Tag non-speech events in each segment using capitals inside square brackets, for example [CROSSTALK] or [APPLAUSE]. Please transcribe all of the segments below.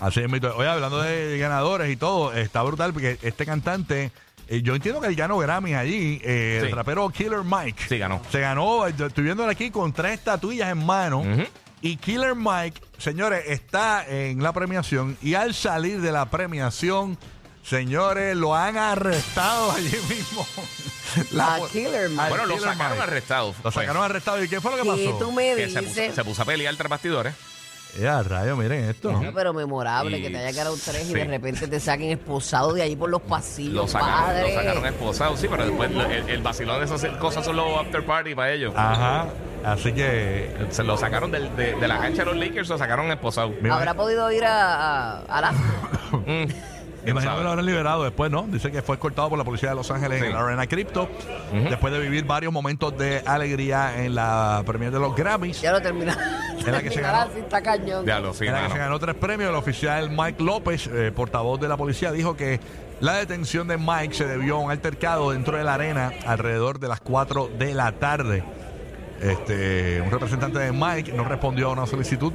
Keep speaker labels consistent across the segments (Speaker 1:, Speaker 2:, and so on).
Speaker 1: Así es, mito. Oye, hablando de ganadores y todo, está brutal porque este cantante, eh, yo entiendo que él ganó Grammy allí, eh, el
Speaker 2: Sí.
Speaker 1: rapero Killer Mike.
Speaker 2: Sí, ganó.
Speaker 1: Se ganó, eh, yo estoy viéndolo aquí con tres estatuillas en mano.
Speaker 2: Ujú.
Speaker 1: Y Killer Mike, señores, está en la premiación y al salir de la premiación, señores, lo han arrestado [LAUGHS] allí
Speaker 3: [LAUGHS]
Speaker 1: mismo. La-
Speaker 3: A Killer Mike.
Speaker 1: al
Speaker 2: Bueno, lo
Speaker 1: Killer
Speaker 2: sacaron
Speaker 1: Mike.
Speaker 2: arrestado. Pues,
Speaker 1: Lo sacaron arrestado. ¿Y qué fue lo que
Speaker 3: Y tú
Speaker 1: pasó?
Speaker 3: me
Speaker 2: Que se,
Speaker 3: dices.
Speaker 2: puso, se puso a pelear tras bastidores.
Speaker 1: Ya, rayo, miren esto.
Speaker 3: Claro, pero memorable, que te haya quedado tres y de
Speaker 2: Sí.
Speaker 3: repente te saquen esposado de ahí por los pasillos.
Speaker 2: Lo sacaron,
Speaker 3: padre.
Speaker 2: lo sacaron esposado, sí, pero después lo- el, el vacilón de esas cosas son los after party para ellos.
Speaker 1: Ajá. Así que
Speaker 2: Se lo sacaron del- de, de la cancha de los Lakers, lo sacaron esposado.
Speaker 1: Me
Speaker 3: Habrá podido ir a, a, a la.
Speaker 2: Mm.
Speaker 1: Me imagino
Speaker 2: Sabe.
Speaker 1: que lo habrán liberado después, ¿no? Dice que fue escoltado por la policía de Los Ángeles
Speaker 2: Sí.
Speaker 1: en la Arena Crypto. Después de vivir varios momentos de alegría en la premier de los Grammys.
Speaker 3: Ya lo terminó.
Speaker 1: la que se
Speaker 3: Terminará
Speaker 1: ganó.
Speaker 3: así, está cañón.
Speaker 2: Ya lo sí,
Speaker 1: en la que
Speaker 2: mano.
Speaker 1: se ganó tres premios, el oficial Mike López, eh, portavoz de la policía, dijo que la detención de Mike se debió a un altercado dentro de la arena alrededor de las 4 de la tarde. Este, un representante de Mike no respondió a una solicitud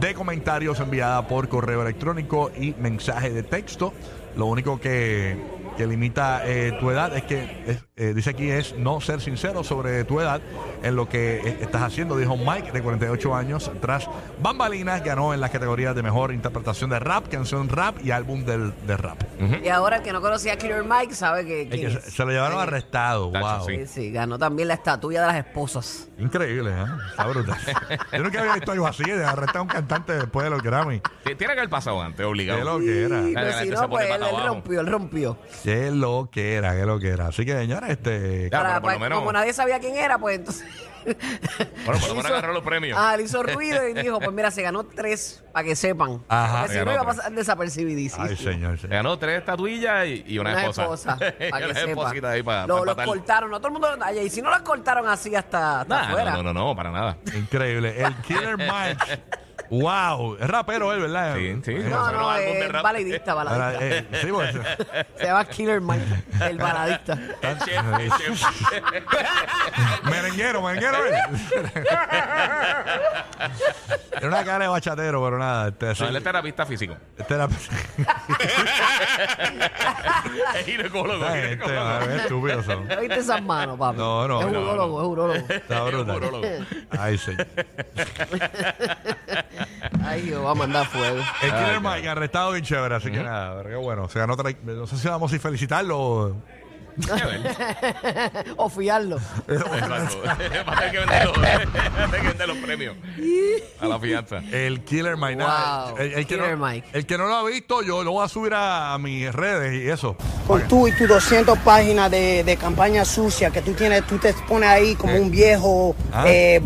Speaker 1: de comentarios enviada por correo electrónico y mensaje de texto. Lo único que, que limita eh, tu edad es que, es- eh, dice aquí, es no ser sincero sobre tu edad en lo que eh, estás haciendo, dijo Mike, de 48 años, tras bambalinas, ganó en las categorías de mejor interpretación de rap, canción rap y álbum del, de rap.
Speaker 3: Y ahora el que no conocía a Killer Mike sabe que.
Speaker 1: Es que
Speaker 3: quién
Speaker 1: se,
Speaker 3: es. eh,
Speaker 1: se lo llevaron arrestado,
Speaker 2: Tacho,
Speaker 1: wow.
Speaker 2: sí.
Speaker 3: Sí, sí, ganó también la estatuilla de las esposas.
Speaker 1: Increíble, ¿eh? Está
Speaker 2: [LAUGHS]
Speaker 1: brutal. Yo nunca había visto algo así, de arrestar a un cantante después de los Grammy.
Speaker 2: T- Tiene que haber pasado antes,
Speaker 1: Qué
Speaker 2: obligado.
Speaker 1: lo que era.
Speaker 3: Y
Speaker 2: la
Speaker 3: pues, si
Speaker 2: gente se pone
Speaker 3: no, pues él,
Speaker 2: pata
Speaker 3: él
Speaker 2: abajo.
Speaker 3: rompió, él rompió.
Speaker 1: Qué lo que era, qué lo que era. Así que, señores, este.
Speaker 2: Ya, pero por
Speaker 3: pues,
Speaker 2: lo menos-
Speaker 3: Como nadie sabía quién era, pues entonces.
Speaker 2: Bueno, por lo
Speaker 3: Hizo-
Speaker 2: menos agarró los premios.
Speaker 3: Ah, le hizo ruido y dijo: Pues mira, se ganó tres, para que sepan.
Speaker 1: Ajá.
Speaker 3: Porque
Speaker 2: Se
Speaker 3: si no
Speaker 2: ganó
Speaker 3: iba a
Speaker 2: tres.
Speaker 3: pasar desapercibidísimo.
Speaker 1: Ay, señor.
Speaker 2: Se Ganó tres estatuillas y, y una,
Speaker 3: Una
Speaker 2: esposa. [LAUGHS]
Speaker 3: esposa, para que
Speaker 2: Una esposita
Speaker 3: sepa.
Speaker 2: ahí para, para
Speaker 3: Lo- los
Speaker 2: empatar.
Speaker 3: cortaron, no todo el mundo lo talla. Y si no los cortaron así hasta, hasta
Speaker 2: Nah,
Speaker 3: afuera.
Speaker 2: no, no, no, no, para nada.
Speaker 1: Increíble. El Killer Mike. wow. Es rapero él, ¿verdad?
Speaker 2: Sí, sí.
Speaker 1: Eh,
Speaker 2: No, no,
Speaker 3: No, no,
Speaker 2: álbum de
Speaker 3: es
Speaker 2: rap.
Speaker 3: baladista, baladista.
Speaker 1: ahora, eh, sí, pues,
Speaker 3: Se llama Killer Mike, el baladista.
Speaker 2: El chef, el chef.
Speaker 1: eh, [LAUGHS] merenguero, merenguero él. Era una cara de bachatero, pero nada. Este, sí,
Speaker 2: No, él es terapista
Speaker 3: [LAUGHS]
Speaker 2: físico.
Speaker 1: este
Speaker 2: [LAUGHS]
Speaker 1: era- [LAUGHS]
Speaker 2: Es ginecólogo,
Speaker 1: Ay, este,
Speaker 2: ginecólogo.
Speaker 1: madre, estúpidos son.
Speaker 3: ¿No ¿Viste esas manos, papi?
Speaker 1: No, no,
Speaker 3: Es
Speaker 1: no,
Speaker 3: urólogo, es urólogo.
Speaker 1: Está brutal.
Speaker 2: Urólogo.
Speaker 1: Ay, señor.
Speaker 3: Ay, Dios, va a mandar fuego. [LAUGHS]
Speaker 1: El Killer Mike arrestado bien chévere, así que nada, pero qué bueno. Se ganó otra. No sé si vamos a felicitarlo. [LAUGHS] o-
Speaker 2: [LAUGHS] Qué bueno.
Speaker 3: O fiarlo.
Speaker 1: [LAUGHS]
Speaker 2: Exacto. [LAUGHS] Va a tener que vender los- [LAUGHS] va a tener que vender los premios a la fianza.
Speaker 1: El Killer Mike.
Speaker 3: Wow,
Speaker 1: nada, el, el que
Speaker 3: Killer
Speaker 1: no,
Speaker 3: Mike.
Speaker 1: El que no lo ha visto, yo lo voy a subir a, a mis redes y eso.
Speaker 4: con tú y tus 200 páginas de, de campaña sucia que tú tienes, tú te pones ahí como un viejo
Speaker 1: Ah.
Speaker 4: eh,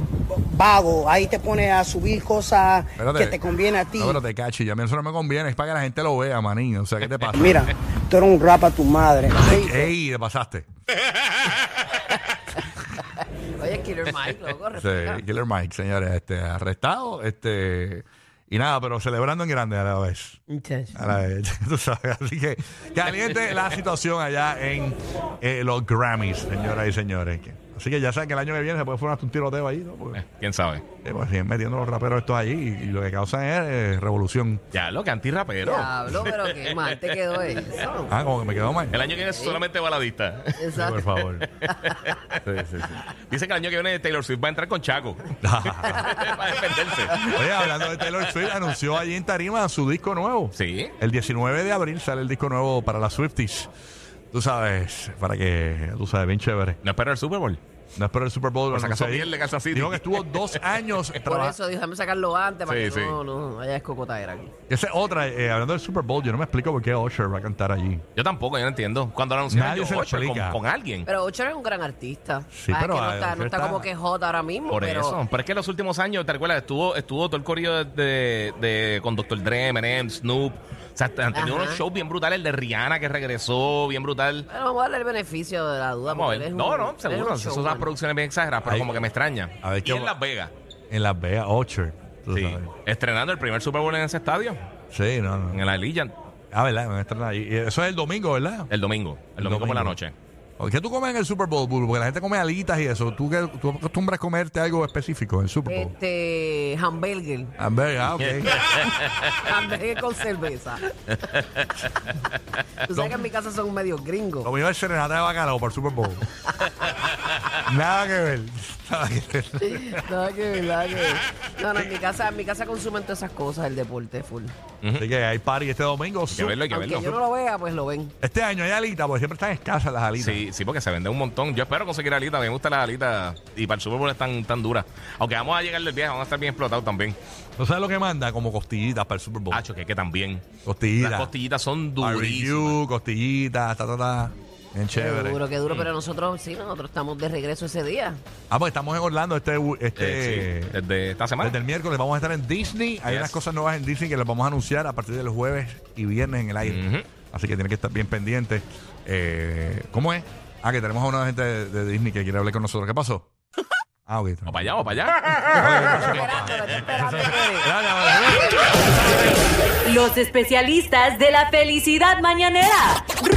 Speaker 4: vago, ahí te pones a subir cosas
Speaker 1: Espérate.
Speaker 4: que te conviene a ti.
Speaker 1: No, pero te cachi, ya a mí eso no me conviene, es para que la gente lo vea, manín. O sea, ¿qué te pasa?
Speaker 4: Mira, tú eres un rap a
Speaker 1: [LAUGHS]
Speaker 4: tu madre. ¿ok?
Speaker 1: Ey, te pasaste.
Speaker 3: Oye, Killer Mike, loco,
Speaker 1: Sí,
Speaker 3: respeta.
Speaker 1: Killer Mike, señores, este, arrestado, este. Y nada, pero celebrando en grande a la vez.
Speaker 3: Muchacho.
Speaker 1: A la vez, [LAUGHS] tú sabes. Así que caliente la situación allá en eh, los Grammys, señoras y señores. Así que ya saben que el año que viene se puede formar un tiroteo ahí, ¿no? Porque-
Speaker 2: ¿Quién sabe?
Speaker 1: Eh, pues siguen metiendo los raperos estos allí y, y lo que causan es eh, revolución.
Speaker 2: Ya, lo que antirrapero.
Speaker 3: Diablo, pero qué mal te quedó eso.
Speaker 1: Ah, como que me quedó mal.
Speaker 2: El año que viene es solamente baladista. [LAUGHS]
Speaker 1: Sí, por
Speaker 3: Exacto.
Speaker 1: favor. Sí, sí, sí.
Speaker 2: Dicen que el año que viene Taylor Swift va a entrar con Chaco. [LAUGHS] Para defenderse.
Speaker 1: [LAUGHS] Oye, hablando de Taylor Swift, anunció allí en Tarima su disco nuevo.
Speaker 2: Sí.
Speaker 1: El 19 de abril sale el disco nuevo para las Swifties. Tú sabes, para que, tú sabes, bien chévere.
Speaker 2: No espero el Super Bowl.
Speaker 1: No espero el Super Bowl.
Speaker 2: Por si
Speaker 1: no sé
Speaker 2: acaso
Speaker 1: ahí.
Speaker 2: pierde Kansas City.
Speaker 1: Dijo que estuvo dos
Speaker 2: [LAUGHS]
Speaker 1: años
Speaker 3: Por
Speaker 1: traba-
Speaker 3: eso, dijo, déjame sacarlo antes para
Speaker 2: Sí,
Speaker 3: que
Speaker 2: sí.
Speaker 3: no, no, vaya escocotadera aquí.
Speaker 1: Esa es otra, eh, hablando del Super Bowl, yo no me explico por qué Usher va a cantar allí.
Speaker 2: Yo tampoco, yo no entiendo. Cuando lo anunciaron
Speaker 1: Nadie
Speaker 2: yo,
Speaker 1: se lo
Speaker 2: "Oye, pero
Speaker 1: explica".
Speaker 2: con, con alguien.
Speaker 3: Pero Ocher es un gran artista.
Speaker 1: Sí,
Speaker 3: Ah, es
Speaker 1: pero
Speaker 3: que no
Speaker 1: a-
Speaker 3: está, no
Speaker 1: Usher
Speaker 3: está
Speaker 1: está-
Speaker 3: como que hot ahora mismo.
Speaker 2: Por
Speaker 3: pero
Speaker 2: eso. Pero es que en los últimos años, ¿te recuerdas? Estuvo, estuvo todo el corrido de, de- con Dr. Dre, Eminem, Snoop. O sea, han tenido
Speaker 3: Ajá.
Speaker 2: unos shows bien brutales. El de Rihanna que regresó, bien brutal.
Speaker 3: Bueno, vamos a darle el beneficio de la duda.
Speaker 2: Vamos a
Speaker 3: porque
Speaker 2: ver.
Speaker 3: él es
Speaker 2: No,
Speaker 3: un-
Speaker 2: no,
Speaker 3: él es
Speaker 2: seguro.
Speaker 3: un
Speaker 2: Esas son
Speaker 3: showman.
Speaker 2: las producciones bien exageradas, pero
Speaker 1: Ahí.
Speaker 2: como que me extraña.
Speaker 1: A ver,
Speaker 2: y
Speaker 1: ¿qué
Speaker 2: en
Speaker 1: va-
Speaker 2: Las Vegas.
Speaker 1: En Las Vegas, Usher. Tú
Speaker 2: Sí.
Speaker 1: sabes.
Speaker 2: Estrenando el primer Super Bowl en ese estadio,
Speaker 1: Sí, no, no.
Speaker 2: en el Allegiant,
Speaker 1: Ah, ¿verdad? Van a estar ahí. Y Eso es el domingo, ¿verdad?
Speaker 2: el domingo. El domingo, por la
Speaker 1: domingo.
Speaker 2: noche.
Speaker 1: ¿Qué tú comes en el Super Bowl, Buru? Porque la gente come alitas y eso. ¿Tú, qué, tú acostumbras comerte algo específico en el Super Bowl?
Speaker 3: Este, hamburger. [LAUGHS]
Speaker 1: Hamburger, ah, ok.
Speaker 2: [LAUGHS]
Speaker 3: hamburger con cerveza. Tú sabes que en mi casa son medio gringos.
Speaker 1: Lo mío es serenata de bacalao para el Super
Speaker 2: [LAUGHS]
Speaker 1: Bowl. Nada que ver. Nada que ver.
Speaker 3: [LAUGHS] Nada que ver, nada que ver. No, no, en mi casa, en mi casa consumen todas esas cosas, el deporte full.
Speaker 1: Así que hay party este domingo.
Speaker 2: Hay que verlo, hay que
Speaker 3: Aunque
Speaker 2: verlo.
Speaker 3: yo no lo vea, pues lo ven.
Speaker 1: Este año hay alitas, porque siempre están escasas las alitas.
Speaker 2: Sí, sí, porque se vende un montón. Yo espero conseguir alitas. Me gustan las alitas. Y para el Super Bowl están tan duras. Aunque vamos a llegar del viaje, vamos a estar bien explotados también.
Speaker 1: ¿No sabes lo que manda? Como costillitas para el Super Bowl.
Speaker 2: Hacho, que, que también.
Speaker 1: Costillitas.
Speaker 2: Ah, Las costillitas son durísimas.
Speaker 1: Barbecue, costillitas, ta, ta, ta. Bien
Speaker 3: Qué
Speaker 1: chévere.
Speaker 3: duro, qué duro.
Speaker 2: Mm.
Speaker 3: Pero nosotros, sí, nosotros estamos de regreso ese día.
Speaker 1: Ah, pues estamos en Orlando este, este
Speaker 2: Eh, sí, desde esta semana.
Speaker 1: desde el miércoles vamos a estar en Disney. Hay
Speaker 2: Yes.
Speaker 1: unas cosas nuevas en Disney que las vamos a anunciar a partir del jueves y viernes en el aire.
Speaker 2: Ujú.
Speaker 1: Así que tienen que estar bien pendientes. Eh, ¿Cómo es? Ah, que tenemos a una gente de, de Disney que quiere hablar con nosotros. ¿Qué
Speaker 2: [LAUGHS]
Speaker 1: pasó? Ah, ok.
Speaker 2: O para allá, o
Speaker 3: [LAUGHS]
Speaker 2: para allá.
Speaker 3: Esperándolo, está esperando, Kennedy.
Speaker 5: Los especialistas de la felicidad mañanera.